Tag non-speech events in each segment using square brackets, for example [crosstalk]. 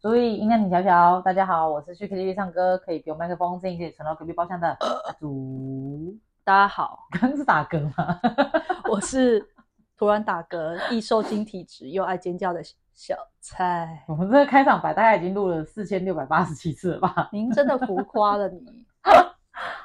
注意音量，请小小。大家好，我是去 KTV 唱歌可以不用麦克风，自己可以传到隔壁包厢的呃阿竹。大家好，刚刚是打嗝吗？ [laughs] 我是突然打嗝、易受惊体质又爱尖叫的小蔡。我们这个开场白大概已经录了四千六百八十七次了 [laughs] 吧？您真的浮夸了你， [laughs]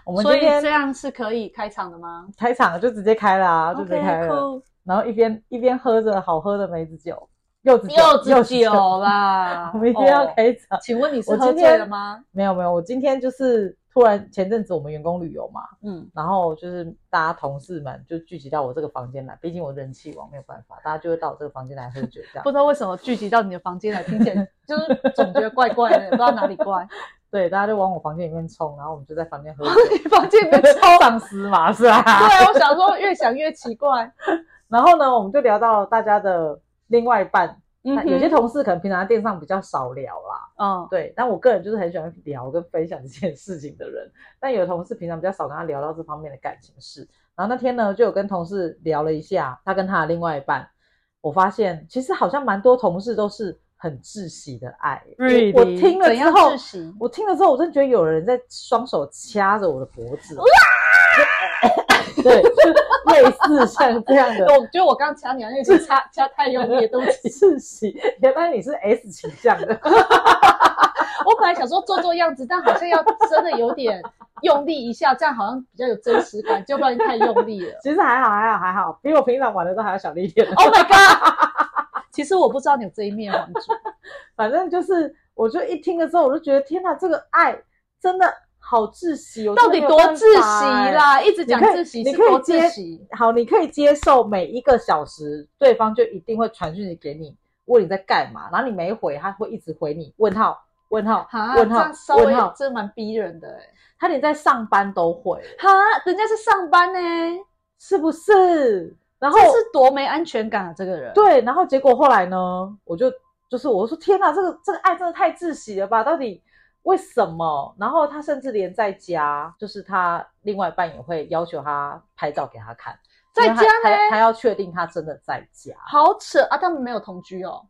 我们所今以天这样是可以开场的吗开场就直接开了啊，就直接开了。？OK，[laughs] 酷，然后一边一边喝着好喝的梅子酒，柚子酒，。又子酒。啦 [laughs] 我们一定要哦开场。请问你是我喝今醉天了吗？没有没有，我今天就是突然前阵子我们员工旅游嘛，嗯，然后就是大家同事们就聚集到我这个房间来，毕竟我人气王没有办法，大家就会到我这个房间来喝酒这样。不知道为什么聚集到你的房间来，听起来就是总觉得怪怪的，也不知道哪 [laughs] 里怪。对，大家就往我房间里面冲，然后我们就在房间喝酒。你房间里 [laughs] 面抽 [laughs] 丧尸嘛，是吧？ [laughs] 对啊，我想说越想越奇怪。然后呢，我们就聊到大家的另外一半，嗯那 [laughs] 哼有些同事可能平常在电上比较少聊啦，嗯，对。但我个人就是很喜欢聊跟分享这件事情的人，但有的同事平常比较少跟他聊到这方面的感情事。然后那天呢，就有跟同事聊了一下他跟他的另外一半，我发现其实好像蛮多同事都是很窒息的爱。 Really？我我听了怎之样后窒，息？我听了之后，我真的觉得有人在双手掐着我的脖子， [laughs] 对，类似像这样的我觉得我刚掐你，那是 [laughs] 掐掐太用力，对不起。窒息。原来你是 S 倾向的， [laughs] [laughs] 我本来想说做做样子，但好像要真的有点用力一下，这样好像比较有真实感，就不然太用力了。其实还好，还好，还好，比我平常玩的都还要小了一点。 Oh my god！其实我不知道你有这一面， [laughs] 皇主。反正就是，我就一听了之后，我就觉得天哪，这个爱真的好窒息，我真到的底没有多办窒法息哎！啦？一直讲你可以窒息你是可以多窒接息。好，你可以接受每一个小时，对方就一定会传讯息给你，问你在干嘛，然后你没回，他会一直回你问号。问号哈，，这问号样稍，微问号，真的蛮逼人的哎。他连在上班都会，哈，人家是上班呢，是不是？然后这是多没安全感啊！这个人，对，然后结果后来呢，我就就是我说天哪，这个这个爱真的太窒息了吧？到底为什么？然后他甚至连在家，就是他另外一半也会要求他拍照给他看，在因为他家呢他他要确定他真的在家。好扯啊！他们没有同居哦。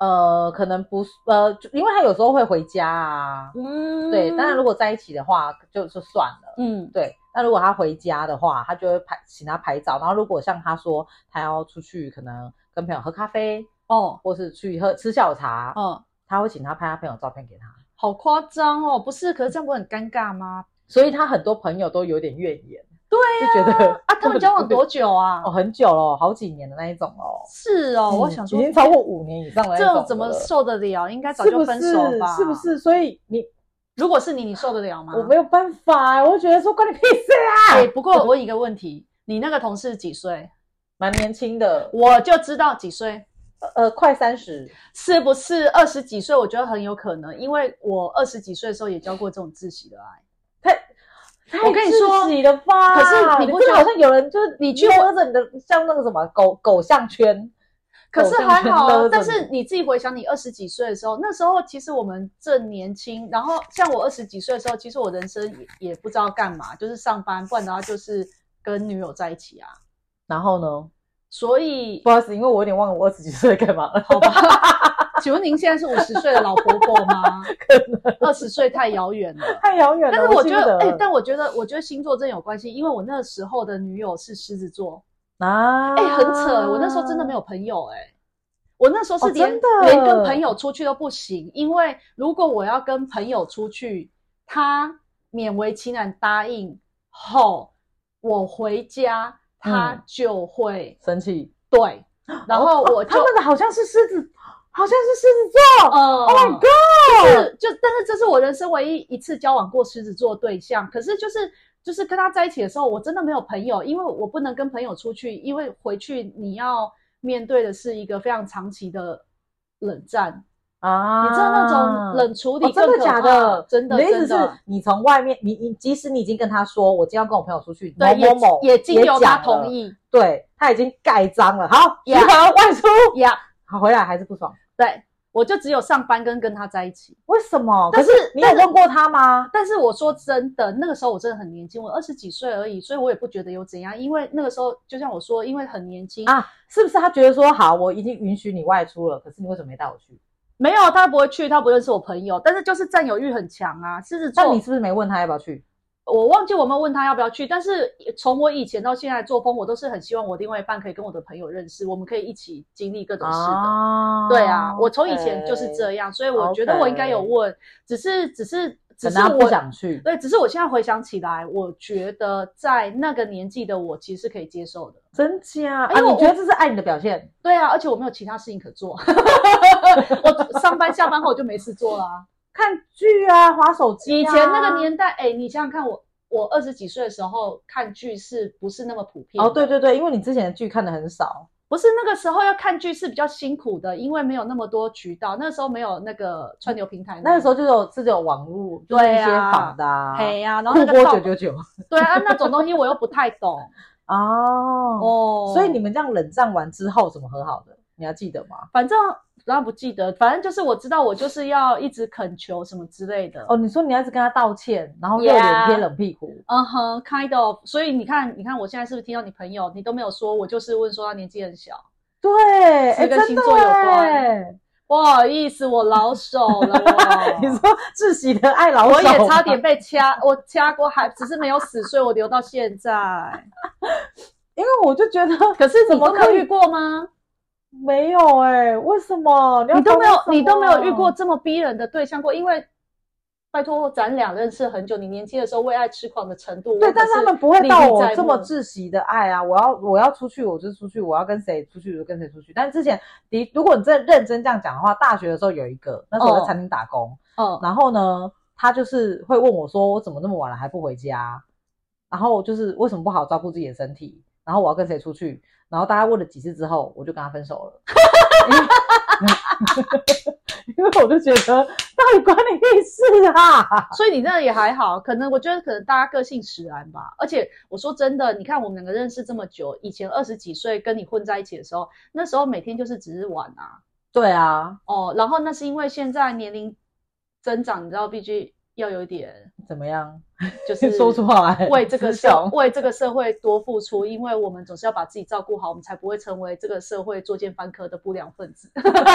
呃，可能不是呃，就因为他有时候会回家啊，嗯对。当然，如果在一起的话，就就算了。嗯，对，那如果他回家的话，他就会拍请他拍照。然后如果像他说他要出去，可能跟朋友喝咖啡，哦或是去喝吃下午茶，哦，他会请他拍他朋友照片给他。好夸张哦！不是，可是这样不会很尴尬吗？所以他很多朋友都有点怨言，对就觉得啊，他们交往多久啊？ [laughs] 哦很久了，好几年的那一种哦。是哦，我嗯想说已经超过五年以上了，这种怎么受得了？应该早是不就是分手吧？是不？是？所以你如果是你，你受得了吗？我没有办法，我就觉得说关你屁事啊！ [laughs] 哎，不过我问一个问题，你那个同事几岁？蛮年轻的，我就知道几岁，呃，快三十，是不是二十几岁？我觉得很有可能，因为我二十几岁的时候也交过这种窒息的爱。我跟你说你的吧，可是你不这个觉得好像有人就是你去摸着你的像那个什么狗狗项圈，可是还狗项好啊，圈勒着你但是你自己回想你二十几岁的时候，那时候其实我们正年轻。然后像我二十几岁的时候，其实我人生也也不知道干嘛，就是上班，不然的话就是跟女友在一起啊。然后呢？所以不好意思，因为我有点忘了我二十几岁干嘛了。好吧。 [laughs] 请问您现在是五十岁的老婆婆吗？二十岁太遥远了。 [laughs] 太遥远了。但是我觉得，哎、哎、但我觉得，我觉得星座真有关系，因为我那时候的女友是狮子座，啊，哎、很扯、我那时候真的没有朋友、哎，我那时候哦是连、真的连跟朋友出去都不行，因为如果我要跟朋友出去，他勉为其难答应后，我回家他嗯就会、生气。对，然后哦我就、他们的好像是狮子，好像是狮子座。呃 oh my god！是，就但是这是我人生唯一一次交往过狮子座对象。可是就是就是跟他在一起的时候，我真的没有朋友，因为我不能跟朋友出去，因为回去你要面对的是一个非常长期的冷战，啊哦你知道那种冷处理哦，更真可的怕、假的？真的你的意思真是的。，你从外面，你你即使你已经跟他说，我今天要跟我朋友出去，某对，某某也也经由他讲了同，意对他已经盖章了。好，集 Yeah 合外出，呀好回来还是不爽，对我就只有上班跟跟他在一起。为什么？可但是是你有问过他吗？但是我说真的，那个时候我真的很年轻，我二十几岁而已，所以我也不觉得有怎样。因为那个时候，就像我说，因为很年轻，啊啊，是不是他觉得说好，我已经允许你外出了，可是你为什么没带我去？没有，他不会去，他不认识我朋友，但是就是占有欲很强啊。狮子那座，你是不是没问他要不要去？我忘记我们问他要不要去，但是从我以前到现在的作风，我都是很希望我另外一半可以跟我的朋友认识，我们可以一起经历各种事的。啊对啊，我从以前就是这样，所以我觉得我应该有问，只是只是只可是能他不我想去。对，只是我现在回想起来，我觉得在那个年纪的我其实是可以接受的。真假？因啊，为你我觉得这是爱你的表现？对啊，而且我没有其他事情可做， [laughs] 我上班下班后就没事做啦、看剧啊，划手机、啊。以前那个年代，哎、你想想看我，我二十几岁的时候看剧是不是那么普遍？哦，对，对对，因为你之前的剧看的很少，不是那个时候要看剧是比较辛苦的，因为没有那么多渠道，那时候没有那个串流平台，那个时候就有是有网络，就是一些对啊仿的、啊，嘿呀、然后酷那个播盗九九九对啊，那种东西我又不太懂 [laughs] 哦。哦，所以你们这样冷战完之后怎么和好的？你还记得吗？反正然后不记得，反正就是我知道我就是要一直恳求什么之类的。哦，你说你要一直跟他道歉，然后热脸 Yeah 贴冷屁股。嗯哼、k i n d of。所以你看，你看我现在是不是听到你朋友，你都没有说，我就是问说他年纪很小。对，哎，是跟真星的座有关耶不好意思，我老手了我， [laughs] 你说窒息的爱老手哦我吗，也差点被掐，我掐过还只是没有死，所以我留到现在。因为我就觉得，可是怎你么都没有可以遇过吗？没有哎、为什么？你要你都没有讲为什，么啊你都没有遇过这么逼人的对象过，因为。拜托，咱俩认识很久，你年轻的时候为爱痴狂的程度，对，我可但是他们不会到历历我在这么目窒息的爱啊！我要我要出去我就出去，我要跟谁出去我就跟谁出去。但之前的如果你真的认真这样讲的话，大学的时候有一个，那时候我在哦餐厅打工，嗯，然后呢，他就是会问我说我怎么那么晚了还不回家，然后就是为什么不好好照顾自己的身体，然后我要跟谁出去，然后大家问了几次之后，我就跟他分手 [laughs] 了。 [laughs] 因为因为我就觉得，到底关你屁事啊！所以你那也还好，可能我觉得可能大家个性使然吧。而且我说真的，你看我们两个认识这么久，以前二十几岁跟你混在一起的时候，那时候每天就是只是玩啊，对啊，哦，然后那是因为现在年龄增长，你知道，必须要有一点怎么样？就是说出来，为这个思想社为这个社会多付出，因为我们总是要把自己照顾好，我们才不会成为这个社会作奸犯科的不良分子，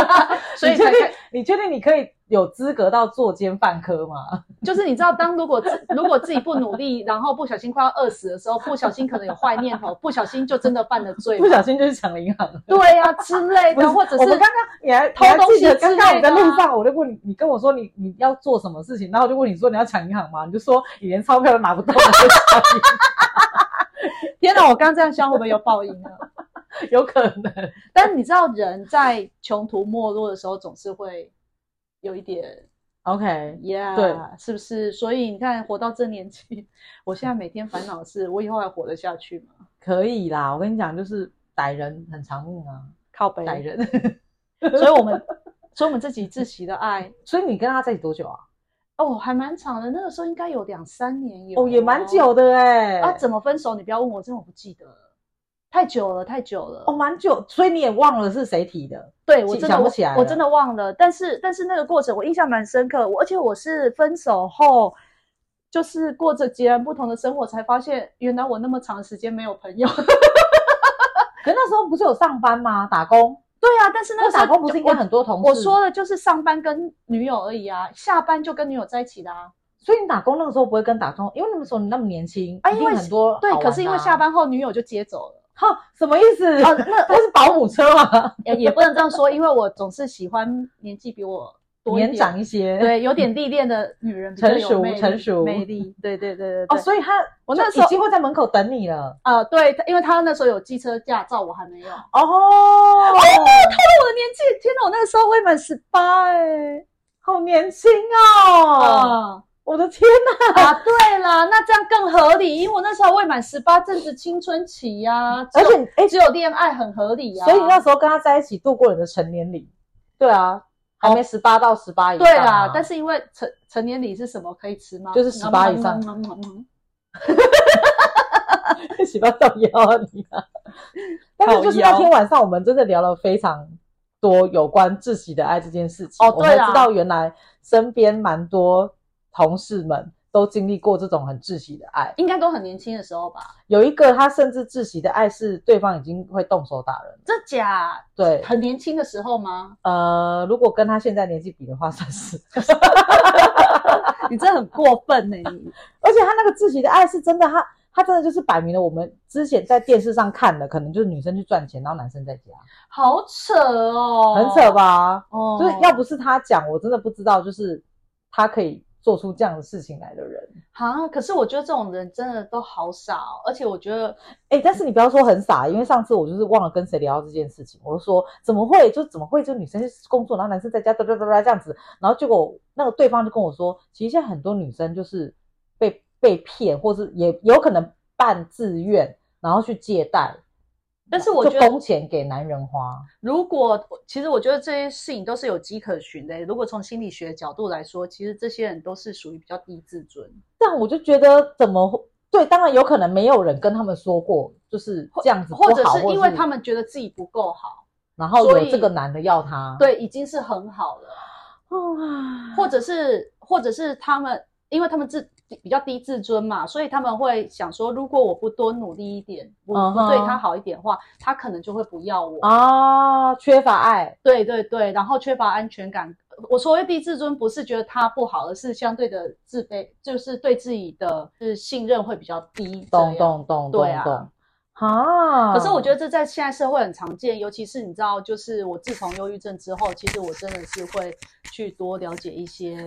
[laughs] 所以你确才定开你确定你可以有资格到作奸犯科吗？就是你知道，当如果自如果自己不努力，然后不小心快要饿死的时候，不小心可能有坏念头，不小心就真的犯了罪不。小心就是抢了银行。对呀、之类不是的，或者我们是刚刚你还偷你还东记得西刚之刚我们类在的路啊上，我就问你，你跟我说你你要做什么事情，然后我就问你说你要抢银行吗？你就说你连钞票都拿不动，天哪，我刚刚这样想会不会有报应啊 [laughs] 呢？有可能。但你知道，人在穷途末路的时候，总是会有一点 OK， ，yeah，对是不是？所以你看，活到这年纪，我现在每天烦恼的是，我以后还活得下去吗？可以啦，我跟你讲，就是歹人很长命啊，靠北，歹人。 [laughs] 所以我们，所以我们自己自习的爱，所以你跟他在一起多久啊？哦，还蛮长的，那个时候应该有两三年有，哦，也蛮久的哎、啊，怎么分手？你不要问我，真的我不记得了，太久了，太久了。哦，蛮久，所以你也忘了是谁提的。对我记真想的不我起来我了真的忘了。但是但是那个过程我印象蛮深刻，我而且我是分手后，就是过着截然不同的生活，才发现原来我那么长时间没有朋友。可那时候不是有上班吗？打工， [laughs] 对啊，但是那那个时候打工不是应该我很多同事？我说的就是上班跟女友而已啊，下班就跟女友在一起的啊。所以你打工那个时候不会跟打工，因为那个时候你那么年轻，啊一定因为很多、对，可是因为下班，班后女友就接 [laughs] 走了。哈，什么意思？ [laughs] 哦，那那是保姆车啊吗？也也不能这样说，因为我总是喜欢年纪比我多一年点长一些，，对，有点历练的女人比较成有熟魅力成熟魅力，对对对对哦，对。所以他我就那时候已经会在门口等你了。啊、对，因为他那时候有机车驾照，我还没有。透哦，露我的年纪，天哪！我那个时候未满十八哎。好年轻哦！啊我的天哪！啊，对啦，那这样更合理，因为我那时候未满十八，正值青春期呀、只而有且你哎，只有恋爱很合哎理呀、啊所以你那时候跟他在一起度过你的成年礼，对啊，还没十八到十八以上啊。对啦，但是因为成成年礼是什么可以吃吗？就是18以上嗯嗯嗯嗯 [laughs] 嗯喜欢造谣你啊！但是就是那天晚上，我们真的聊了非常多有关窒息的爱这件事情。哦我们对啦知道原来身边蛮多同事们都经历过这种很窒息的爱。应该都很年轻的时候吧？有一个他甚至窒息的爱是对方已经会动手打人了。这假对，很年轻的时候吗？呃，如果跟他现在年纪比的话，算是。 [laughs] 你真的很过分呢、欸你而且他那个窒息的爱是真的，他他真的就是摆明了我们之前在电视上看的，可能就是女生去赚钱，然后男生在家，好扯哦，很扯？吧？哦，就是要不是他讲，我真的不知道，就是他可以做出这样的事情来的人。啊！可是我觉得这种人真的都好傻、哦，而且我觉得哎、但是你不要说很傻，因为上次我就是忘了跟谁聊到这件事情，我就说怎么会，就怎么会，就女生去工作，然后男生在家哒哒哒哒这样子，然后结果那个对方就跟我说，其实现在很多女生就是被被骗，或是也有可能半自愿，然后去借贷，但是我就觉得工钱给男人花，如果其实我觉得这些事情都是有迹可循的。欸如果从心理学角度来说，其实这些人都是属于比较低自尊，但我就觉得怎么会对，当然有可能没有人跟他们说过就是这样子不好，或者是或因为他，们觉得自己不够好，然后所有以这个男的要她，对，已经是很好了，啊，或者是或者是他们，因为他们自比较低自尊嘛，所以他们会想说，如果我不多努力一点，我嗯不哼对他好一点的话，他可能就会不要我。啊，缺乏爱。对对对，然后缺乏安全感。我所谓低自尊，不是觉得他不好，而是相对的自卑，就是对自己的就是信任会比较低。懂。懂懂对懂啊懂，啊！可是我觉得这在现在社会很常见，尤其是你知道，就是我自从忧郁症之后，其实我真的是会去多了解一些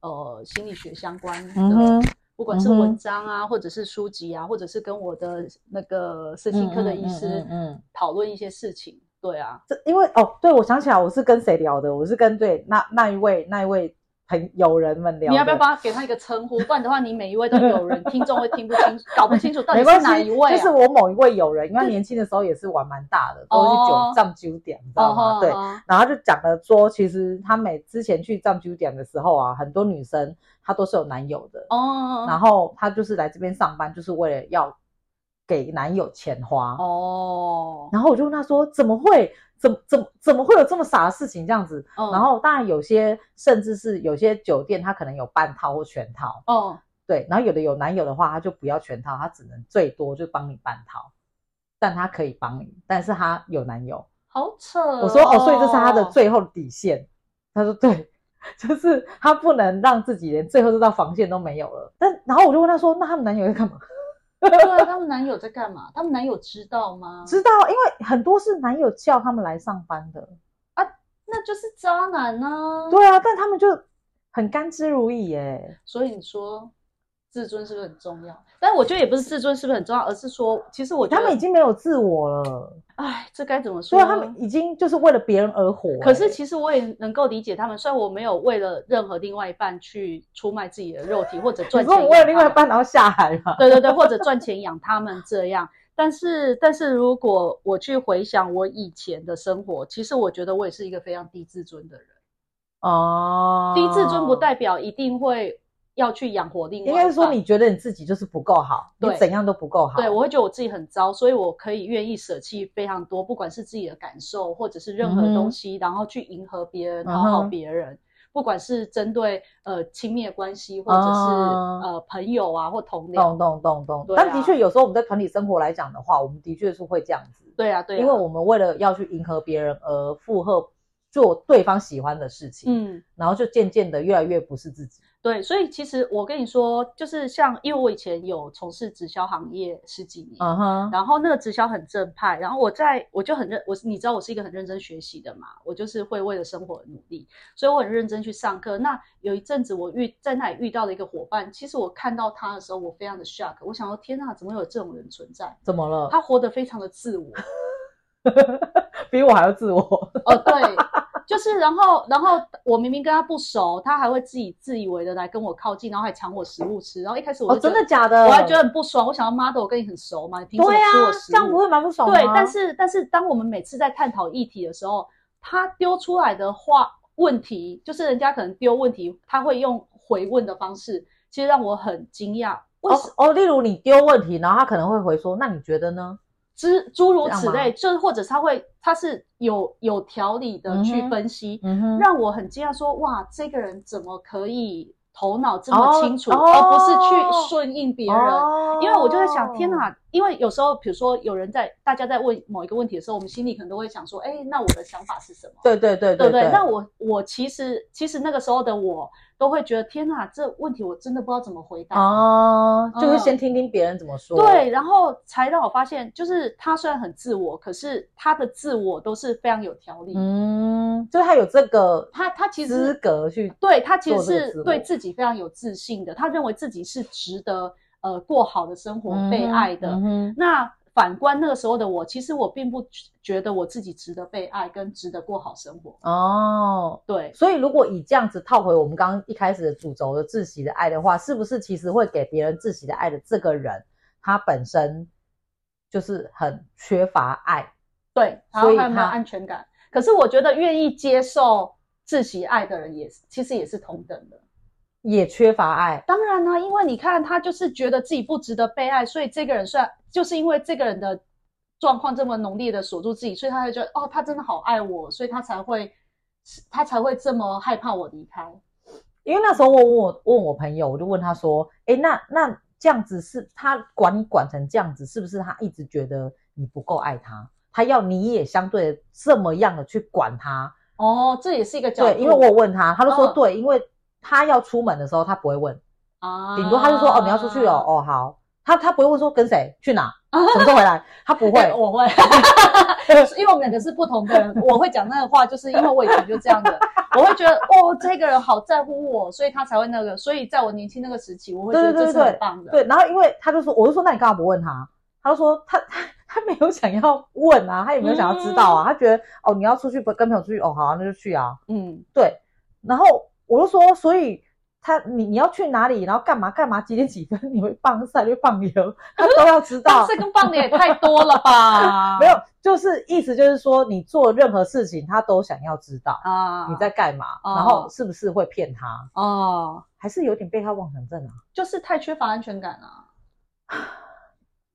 呃心理学相关的，嗯哼不管是嗯哼文章啊，或者是书籍啊，或者是跟我的那个身心科的医师嗯嗯嗯嗯嗯讨论一些事情。对啊，这因为哦，对，我想起来，我是跟谁聊的？我是跟对那那一位那一位朋友人们聊的。你要不要帮他给他一个称呼？不 [laughs] 然的话，你每一位都有人，听众会听不 [laughs] 清楚，搞不清楚到没底是关系哪一位、啊。就是我某一位友人，因为他年轻的时候也是玩蛮大的，都是哦酒藏酒点，你知道吗？对，哦然后就讲了说，其实他每之前去藏酒点的时候啊，很多女生她都是有男友的，然哦后她就是来这边上班，就是为了要给男友钱花。哦，然后我就问他说：“怎么会？怎么怎么怎么会有这么傻的事情？这样子？”然然后当然有些甚至是有些酒店它可能有半套或全套，哦，对。然后有的有男友的话，他就不要全套，他只能最多就帮你半套，但他可以帮你，但是他有男友。好扯哦、我说哦，所以这是他的最后底线。他说对， [laughs] 就是他不能让自己连最后这道防线都没有了。但然后我就问他说：“那他们男友在干嘛？” [laughs] 对啊，他们男友在干嘛？他们男友知道吗？知道，因为很多是男友叫他们来上班的。那就是渣男啊。，对啊，但他们就很甘之如饴耶。所以你说自尊是不是很重要？但我觉得也不是自尊是不是很重要，而是说，其实我觉他得们已，经没有自我了，哎，这该怎么所说以呢？他们已经就是为了别人而活耶。可是其实我也能够理解他们，虽然我没有为了任何另外一半去出卖自己的肉体或者你赚说钱，我为了另外一，半然后下海嘛？对对对，或者赚钱养他们这样。但是但是如果我去回想我以前的生活，其实我觉得我也是一个非常低自尊的人。哦，低自尊不代表一定会要去养活另外一应半，该是说你觉得你自己就是不够好，你对怎样都不够好。对，我会觉得我自己很糟，所以我可以愿意舍弃非常多，不管是自己的感受或者是任何嗯哼东西，然后去迎合别人，嗯哼讨好别人，不管是针对呃亲密的关系，或者是、哦呃朋友啊或同僚懂，懂懂懂。对啊但的确有时候我们在团体生活来讲的话，我们的确是会这样子，对啊对啊，因为我们为了要去迎合别人而附和做对方喜欢的事情，嗯。然后就渐渐的越来越不是自己。对，所以其实我跟你说，就是像因为我以前有从事直销行业十几年，嗯哼，然后那个直销很正派，然后我在我就很认我是你知道我是一个很认真学习的嘛，我就是会为了生活而努力，所以我很认真去上课。那有一阵子我遇在那里遇到了一个伙伴，其实我看到他的时候，我非常的 shock，我想说天呐，怎么会有这种人存在？怎么 [laughs] 了？他活得非常的自我，比我还要自我。哦对，就是然后然后我明明跟他不熟，他还会自己自以为的来跟我靠近，然后还抢我食物吃，然后一开始我哦，就觉真得、的假的？我还觉得很不爽，我想要妈的，我跟你很熟嘛，你凭什么对吃啊我，食这物？样不会蛮不爽吗？哦对，但是但是当我们每次在探讨议题的时候，他丢出来的话问题，就是人家可能丢问题，他会用回问的方式，其实让我很惊讶，为什哦哦，例如你丢问题，然后他可能会回说：“那你觉得呢之诸如这样此吗类，就是或者他会他是有有条理的嗯去哼分析？”，嗯哼，让我很惊讶，说哇，这个人怎么可以头脑这么清楚，而不是去顺应别人。哦因为我就在想，天，啊哪！因为有时候，比如说有人在大家在问某一个问题的时候，我们心里可能都会想说，哎，那我的想法是什么？对对对对不对对，？那我我其实其实那个时候的我都会觉得，天哪，这问题我真的不知道怎么回答。哦，就嗯是先听听别人怎么说，对，然后才让我发现，就是他虽然很自我，可是他的自我都是非常有条理。嗯，就是他有这个他他其实资格去，对他其实做这个自是我对自己非常有自信的，他认为自己是值得呃过好的生活、嗯哼被爱的。嗯哼那反观那个时候的我，其实我并不觉得我自己值得被爱，跟值得过好生活。哦，对，所以，如果以这样子套回我们刚刚一开始的主轴的自喜的爱的话，是不是其实会给别人自喜的爱的这个人，他本身就是很缺乏爱？对，然所后以还有没有他安全感？可是我觉得愿意接受自己爱的人也是，其实也是同等的。也缺乏爱，当然啦、因为你看他就是觉得自己不值得被爱，所以这个人虽然就是因为这个人的状况这么浓烈的锁住自己，所以他就觉得哦，他真的好爱我，所以他才会他才会这么害怕我离开。因为那时候我问我问我朋友，我就问他说：“诶，那那这样子是他管你管成这样子，是不是他一直觉得你不够爱他，他要你也相对的这么样的去管他？”哦，这也是一个角度。对，因为我有问他，他就说嗯对，因为他要出门的时候他不会问，啊，顶多他就说哦你要出去 [laughs] 哦，哦好，他他不会问说跟谁去哪，什么时候回来，他不 [laughs] 对，会。哎 [laughs] 我会，因为我们两个是不同的人，我会讲那个话，就是因为我以前就这 [laughs] 样的，我会觉得哦，这个人好在乎我，所以他才会那个，所以在我年轻那个时期，我会觉得对对这对是很棒的。对，然后因为他就说，我就说那你干嘛不问他？他就说哦他 [laughs] 他他没有想要问啊，他也没有想要知道啊，他觉得哦你要出去不跟朋友出去哦好啊、那就去啊，嗯，对，然后我就说所以。他你你要去哪里，然后干嘛干嘛，几点几分你会放 [laughs] 晒，会放油，他都要知道？但。这跟棒的也太多了吧 [laughs] 没有，就是意思就是说，你做任何事情，他都想要知道啊，你在干嘛，哦然后是不是会骗他，哦，还是有点被他妄想症啊？就是太缺乏安全感啊了。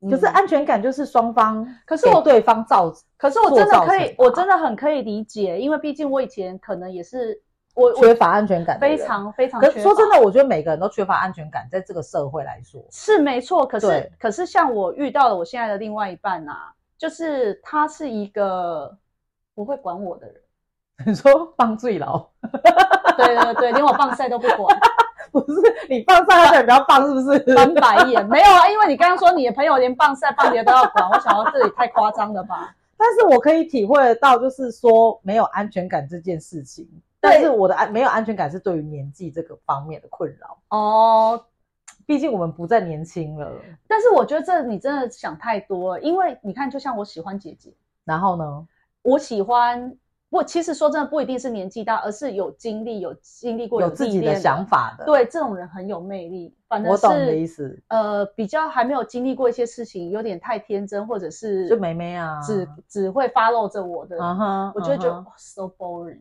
可是嗯安全感就是双方，可是我对方造，可是我真的可做造成啊以吧，我真的很可以理解，因为毕竟我以前可能也是我我啊缺乏安全感的非人，常非常可是缺乏说。真的，我觉得每个人都缺乏安全感，在这个社会来说，是没错，可是对可是像我遇到了我现在的另外一半啊，就是他是一个不会管我的人， [laughs] 你说放最牢，对对对，连我棒赛都不管， [laughs] 不是你放上来的人不要放，是不是？翻白眼没有啊，因为你刚刚说你的朋友连棒赛棒节都要管，我想到这里太夸张了吧？但是我可以体会得到，就是说没有安全感这件事情。对但是我的安没有安全感是对于年纪这个方面的困扰，哦，毕竟我们不再年轻了。但是我觉得这你真的想太多了，因为你看，就像我喜欢姐姐，然后呢？我喜欢。不，其实说真的，不一定是年纪大，而是有经历、有经历过、有自己历练的想法的。，对，这种人很有魅力。反正我是懂你的意思，呃，比较还没有经历过一些事情，有点太天真，或者是就妹妹啊，只只会 follow 着我的，嗯哼，我就会觉得、嗯哼哇 so boring。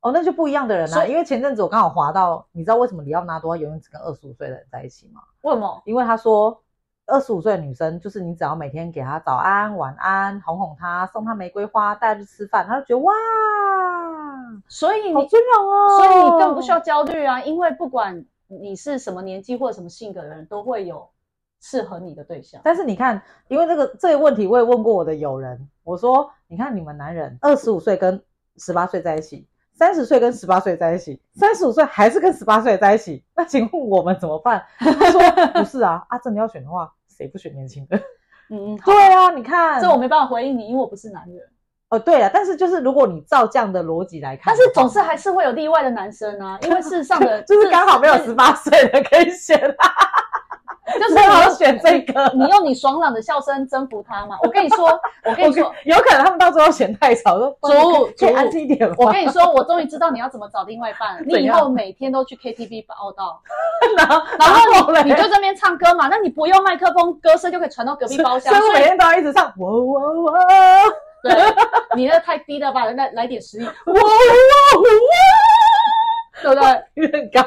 哦，那就不一样的人啦、所以因为前阵子我刚好滑到，你知道为什么里奥纳多永远只跟二十五岁的人在一起吗？为什么？因为他说。二十五岁的女生，就是你只要每天给她早安、晚安，哄哄她，送她玫瑰花，带她去吃饭，她就觉得哇，所以你，好尊荣哦。所以你更不需要焦虑啊，因为不管你是什么年纪或者什么性格的人，都会有适合你的对象。但是你看，因为这个这个问题，我也问过我的友人，我说，你看你们男人二十五岁跟十八岁在一起，三十岁跟十八岁在一起，三十五岁还是跟十八岁在一起，那请问我们怎么办？他说不是啊， [laughs] 啊，真的要选的话，谁不选年轻的？嗯嗯，好对啊， [laughs] 你看，这我没办法回应你，因为我不是男人。哦对啊，但是就是如果你照这样的逻辑来看但的话，是总是还是会有例外的男生啊，因为世上 [laughs] 的就是刚好没有十八岁的可以选啊，就是正好你选这个。你用你爽朗的笑声征服他嘛。我跟你说，我跟我你说，有可能他们到最后选太吵，说主舞可以主舞安静一点吗？我跟你说，我终于知道你要怎么找另外 [laughs] 一半了。你怎以样后每天都去 KTV 报道，然后然后后嘞你你就这边唱歌嘛，那你不用麦克风，歌声就可以传到隔壁包厢。所以我所每以天都要一直唱，哇哇哇哇哇对，你那太低了吧？来来点实力，哇哇，对不对？有点高。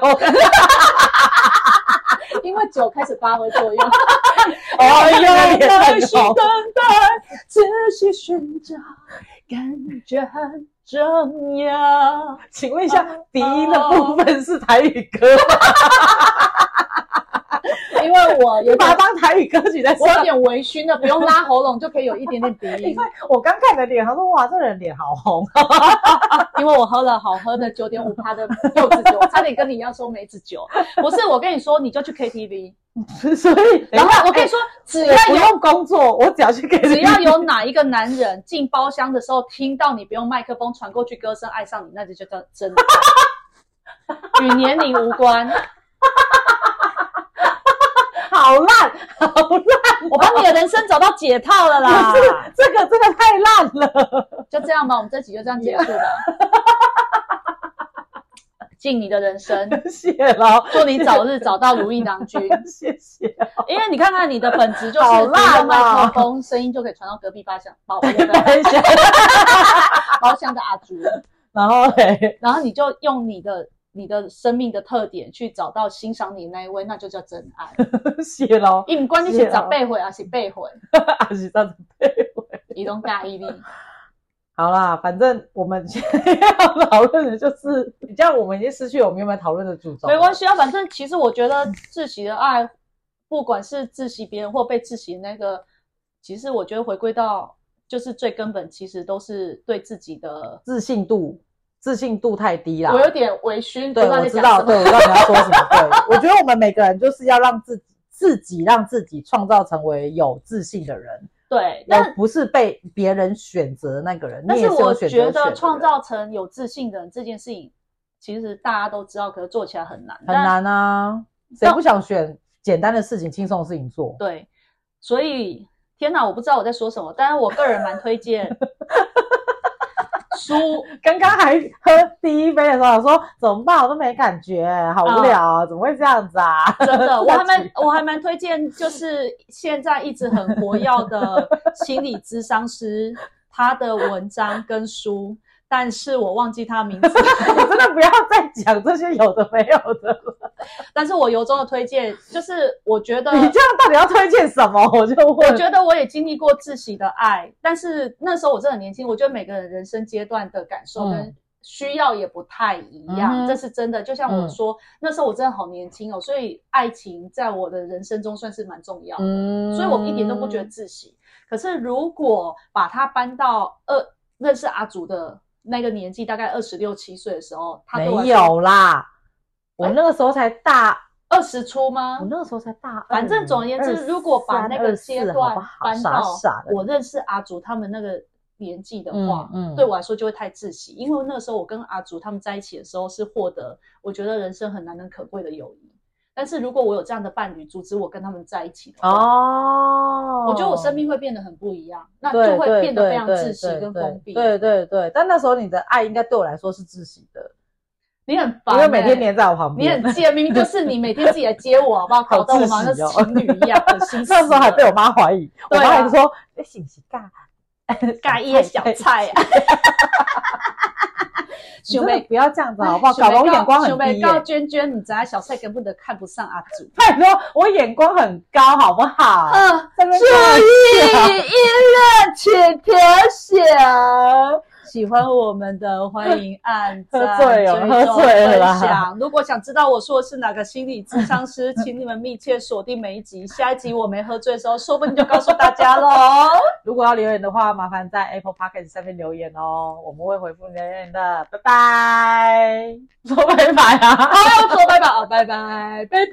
因为酒开始发挥 [laughs] 作用。哎呀，耐也心很高等。待，仔细寻找，感觉很怎样？请问一下，鼻音的部分是台语歌吗？ [laughs] 因为我有你把它点，当台语歌曲在我有唱。点微醺的，不用拉喉咙就可以有一点点鼻因音为。我刚看你的脸，他说哇，这人脸好红。因为我喝了好喝的九点五趴的柚子酒，我差点跟你一样说梅子酒。不是，我跟你说，你就去 KTV，所以，然后我跟你说，只要哎我不有用工作，我只要去给你。只要有哪一个男人进包厢的时候听到你不用麦克风传过去歌声爱上你，那就叫真真的， [laughs] 与年龄无关。好烂，好烂，我帮你的人生找到解套了啦不，是这个真的太烂了。就这样吧，我们这集就这样结束吧。敬你的人生，谢了，祝你早日找到如意郎君。谢谢。因为你看看你的本质就是好只用烂麦啊克风，声音就可以传到隔壁包厢包那个谢谢。包厢的阿朱，然后嘞，然后你就用你的你的生命的特点去找到欣赏你那一位，那就叫真 [laughs] 爱。谢了，因为关键是是啊长辈会还是辈会，阿喜上次对我。移动 [laughs] 大毅力。好啦，反正我们现在要讨论的就是，这样我们已经失去我们原本讨论的主轴。没关，系啊，反正其实我觉得窒息的爱，不管是窒息别人或被窒息那个，其实我觉得回归到就是最根本，其实都是对自己的。自信度，自信度太低啦。我有点微醺，不对，道我在知讲道，什么对，我知道你要说什么。对，我觉得我们每个人就是要让自己自己让自己创造成为有自信的人，对，但而不是被别人选择的那个人。但你也是是有我选择觉权的得人创造成有自信的人这件事情，其实大家都知道，可是做起来很难。很但。难啊，谁不想选简单的事情、轻松的事情做？对，所以天哪，我不知道我在说什么，但是我个人蛮推荐书。刚刚还喝第一杯的时候，我说怎么办？我都没感觉，好无聊嗯啊，怎么会这样子啊？ [laughs] 真的，我还蛮自我还蛮推荐，就是现在一直很活跃的心理咨商师，他的文章跟书，但是我忘记他名字，己真的不要再讲这些有的没有的了。但是我由衷的推荐，就是我觉得你这样到底要推荐什么？ [laughs] 我就问。嗯我觉得我也经历过窒息的爱，但是那时候我真的很年轻，我觉得每个人人生阶段的感受跟嗯需要也不太一样，嗯哼这是真的。就像我嗯说，那时候我真的好年轻哦，所以爱情在我的人生中算是蛮重要的，嗯所以我一点都不觉得窒息。可是如果把它搬到二认识阿祖的那个年纪，大概二十六七岁的时候，他对我来没说哎有啦，我那个时候才大，二十出吗？我那个时候才大嗯二。嗯反正总而言之， 23如果把那个阶24好段不好搬傻到傻的，我认识阿竹他们那个年纪的话，嗯嗯对我来说就会太窒息，因为那个时候我跟阿竹他们在一起的时候是获得我觉得人生很难能可贵的友谊。但是如果我有这样的伴侣，阻止我跟他们在一起的话，哦，我觉得我生命会变得很不一样，那对 [laughs] 就会对变得非常对窒息对跟对封闭。对对对，但那时候你的爱应该对我来说是窒息的，你很烦、因为每天你黏 [laughs] 在我旁你边。很贱，明明就是你每天自己来接我，好不好？ [laughs] 好搞得我们好像窒息哦情侣一样，很 [laughs] 心那时候还死被我妈怀疑，我对啊妈还说：“哎你是不是尬盖一些小菜 [laughs] 啊。你真想的袂不要这样子好不好？搞得我眼光很低、告欸。娟娟，你知道小菜根本都看不上阿祖。拜托，我眼光很高好不好？嗯，啊在那边啊注意音乐，请调小。 [laughs] 喜欢我们的，欢迎按赞、喝醉了追踪喝醉了啦分享。如果想知道我说的是哪个心理咨商师，请你们密切锁定每一集。下一集我没喝醉的时候，说不定就告诉大家 [laughs] 喽。如果要留言的话，麻烦在 Apple Podcast 上面留言哦，我们会回复你留言的。拜拜， [laughs] 说拜拜啊，好，说拜拜啊，拜拜，拜拜。